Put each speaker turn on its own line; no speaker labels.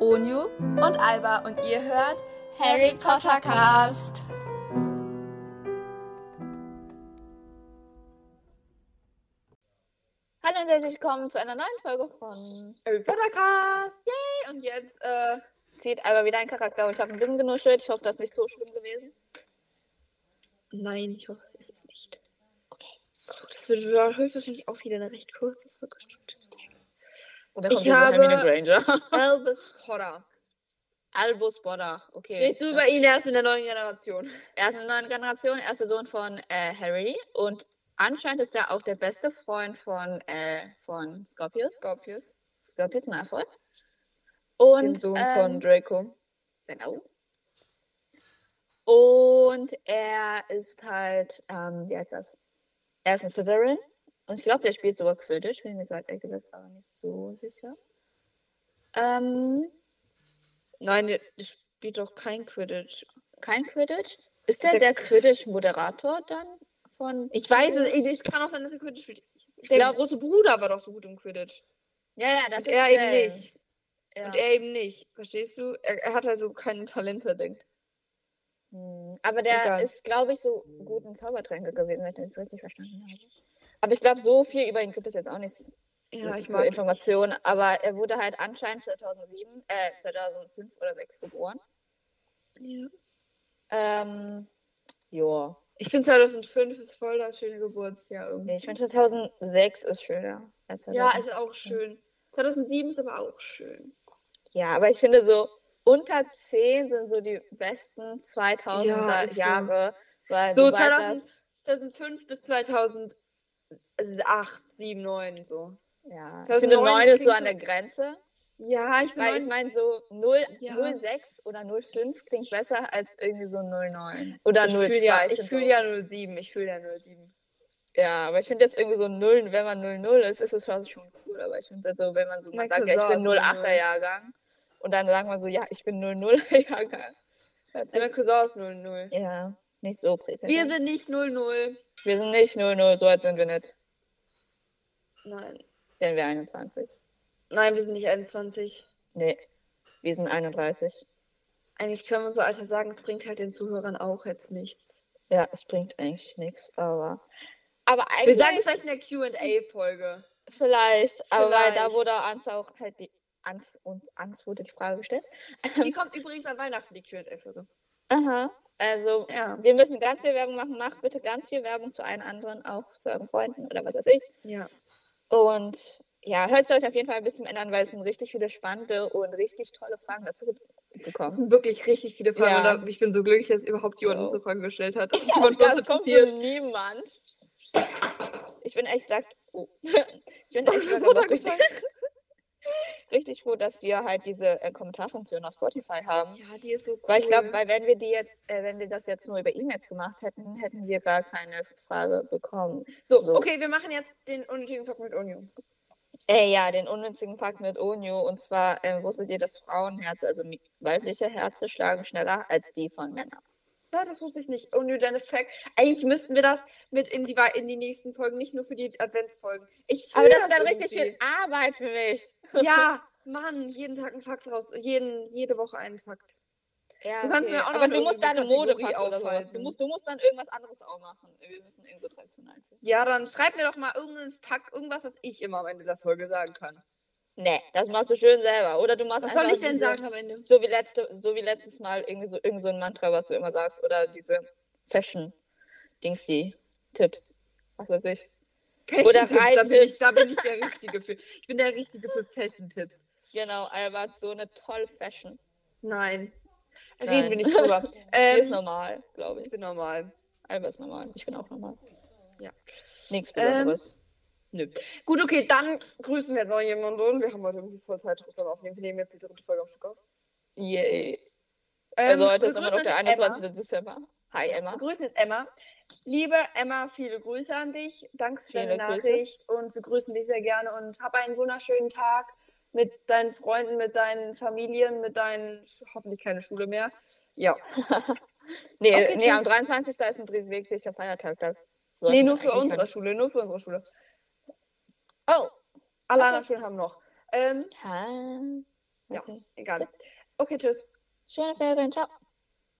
Onyu und Alba und ihr hört Harry Potter Cast.
Hallo und herzlich willkommen zu einer neuen Folge von
Harry Potter Cast! Yay! Und jetzt, äh,
Zieht Alba wieder ein Charakter. Ich habe ein bisschen genuschelt. Ich hoffe, das ist nicht so schlimm gewesen.
nein, ich hoffe, es ist nicht.
Okay.
So, das wird höchstwahrscheinlich auch wieder eine recht kurze Folge.
Und Oh, da
Ich
kommt diese
habe-
Hermine Granger.
Albus Potter.
Albus Bodach. Okay.
Red du über ihn erst in der neuen Generation.
Er ist eine neue Generation, erster Sohn von äh, Harry. Und anscheinend ist er auch der beste Freund von, äh, von Scorpius.
Scorpius.
Scorpius Malfoy. Und,
Dem Sohn
ähm,
von Draco.
Genau. Und er ist halt, ähm, wie heißt das? Er ist ein Slytherin. Und ich glaube, der spielt sogar Quidditch, bin mir gerade ehrlich gesagt aber nicht so sicher. Ähm,
Nein, der, der spielt doch kein Quidditch.
kein Quidditch. Ist der
Der-
der, Quidditch-Moderator dann von.
Ich weiß es, ich, ich kann auch sein, dass er Quidditch spielt. Ich der
glaub-
große Bruder war doch so gut im Quidditch.
Ja, ja, das
Und
ist
er eben
James.
nicht.
Ja.
Und er eben nicht. Verstehst du? Er, er hat also keine Talente, denkt.
Hm, Aber der
Egal.
ist, glaube ich, so gut ein Zaubertränke gewesen, wenn ich das richtig verstanden habe. Aber ich glaube, so viel über ihn gibt es jetzt auch nicht
Ja, ich
zur
mag.
Information, aber er wurde halt anscheinend 2007, äh, 2005 oder 2006 geboren.
Ja.
Ähm, ja.
Ich finde 2005 ist voll das schöne Geburtsjahr irgendwie.
Nee, ich finde 2006 ist schöner. Als 2000.
Ja, also ist auch schön. 2007 ist aber auch schön.
ja, aber ich finde so unter 10 sind so die besten 2000
Ja, ist so.
Jahre. Weil
So
sobald
2000, 2005 bis 2008, 7, 9 so.
Das, ja, ich
2009
finde 9 ist so
klingt
an der
so-
Grenze.
Ja, ich bin
Weil ich
neun-
meine, so 0,
Ja.
06 oder 05 klingt besser als irgendwie so 09 oder
ich
02.
fühle ja,
ich
ich
find
fühl
so.
ja 07, ich fühle ja 07.
Ja, aber ich finde jetzt irgendwie so Null, wenn man 0-0 ist, ist es fast schon cool. Aber ich finde es halt so, wenn man so ne? man
Mein
sagt, ja, ich
Cousin
bin
ist
0-8er
0-0.
Jahrgang und dann sagt man so, ja, ich bin 0-0er Jahrgang. Das
Ja, mein
ist,
Cousin ist 00.
ja, nicht so prickelnd.
Wir sind nicht 00.
wir sind nicht 0-0, so alt sind wir nicht.
Nein.
Denn wir 21.
Nein, wir sind nicht 21.
Nee, wir sind 31.
Eigentlich können wir so Alter sagen, es bringt halt den Zuhörern auch jetzt nichts.
Ja, es bringt eigentlich nichts, aber. Aber eigentlich.
Wir sagen es vielleicht in der QA-Folge.
Vielleicht, aber weil da
Vielleicht.
wurde Ans auch halt die. Ans und Ans wurde die Frage gestellt.
Die kommt übrigens an Weihnachten, die QA-Folge.
Aha. Also,
Ja.
Wir müssen ganz viel Werbung machen. Macht bitte ganz viel Werbung zu allen anderen, auch zu euren Freunden oder was weiß ich.
Ja.
Und ja, hört es euch auf jeden Fall ein bisschen ändern, weil es sind richtig viele spannende und richtig tolle Fragen dazu ge-
Es
gekommen.
sind wirklich richtig viele Fragen.
Ja.
Und da- ich bin so glücklich, dass überhaupt jemand
So.
uns so Fragen gestellt hat. Dass jemand von uns
kommt
interessiert.
so niemand. Ich bin ehrlich gesagt, oh. ich bin ehrlich
Ist
gesagt aber auch richtig,
runtergefallen.
richtig froh, dass wir halt diese äh, Kommentarfunktion auf Spotify haben.
Ja, die ist so cool.
Weil ich glaube, weil wenn wir die jetzt, äh, wenn wir das jetzt nur über E-Mails gemacht hätten, hätten wir gar keine Frage bekommen.
so,
so.
okay, wir machen jetzt den unnötigen Fakt mit Union.
Äh, ja, den unnützigen Fakt mit Onyo. Und zwar ähm, wusstet ihr, dass Frauenherzen, also mi- weibliche Herzen, schlagen schneller als die von Männern.
Ja, das wusste ich nicht. Union, deine Fact. Eigentlich müssten wir das mit in die, Wei- in die nächsten Folgen, nicht nur für die Adventsfolgen. Ich fühl
Aber das ist dann richtig
irgendwie.
viel Arbeit für mich.
Ja, Mann, jeden Tag einen Fakt raus. Jeden, jede Woche einen Fakt.
Ja,
Du kannst mir auch noch
Aber du
eine
musst
irgendwie
deine Mode
Kategorie
oder sowas. Du
aufweisen.
musst, du musst dann irgendwas anderes auch machen. Wir müssen irgend so traditionell.
Ja, dann schreib mir doch mal irgendeinen Fakt, irgendwas, was ich immer am Ende der Folge sagen kann.
Nee, das machst du schön selber. Oder du machst
Was
einfach
soll ich denn
diese-
sagen am Ende?
So wie, letzte, so wie letztes Mal irgendwie so, irgend so ein Mantra, was du immer sagst. Oder diese Fashion-Dings, die Tipps. Was weiß ich.
Fashion-Tipps, da, bin
Reittipps.
ich- da bin ich der Richtige für. Ich bin der Richtige für Fashion-Tipps.
Genau, Albert, so eine tolle Fashion.
Nein.
Nein.
Reden wir nicht drüber.
Die ist
ähm,
normal, glaube
ich
ich.
bin normal.
Albert ist normal. Ich bin auch normal.
Ja.
Nichts
Ähm,
Besonderes.
Nö. Gut, okay, dann grüßen wir jetzt noch jemanden. Wir haben heute irgendwie voll Zeitdruck beim Aufnehmen. Wir nehmen jetzt die dritte Folge am Stück auf.
Yay.
Ähm,
also heute
wir
ist immer noch
grüßen
der
natürlich Emma.
21. Dezember. Hi Emma.
Wir grüßen jetzt Emma. Liebe Emma, viele Grüße an dich. Danke für
Viele
deine
Grüße.
Nachricht und wir grüßen dich sehr gerne und hab einen wunderschönen Tag mit deinen Freunden, mit deinen Familien, mit deinen, hoffentlich keine Schule mehr. Ja.
Nee,
Okay,
nee am
tschüss.
23. ist ein privilegierter Feiertag. Da
nee,
sollten
nur
wir
für
eigentlich
unsere Schule, nur für unsere Schule.
keinen- Oh.
Alle
Okay.
anderen Schulen haben noch. Ähm,
Ha.
Ja,
Okay.
egal. Okay, tschüss.
Schöne Ferien, ciao.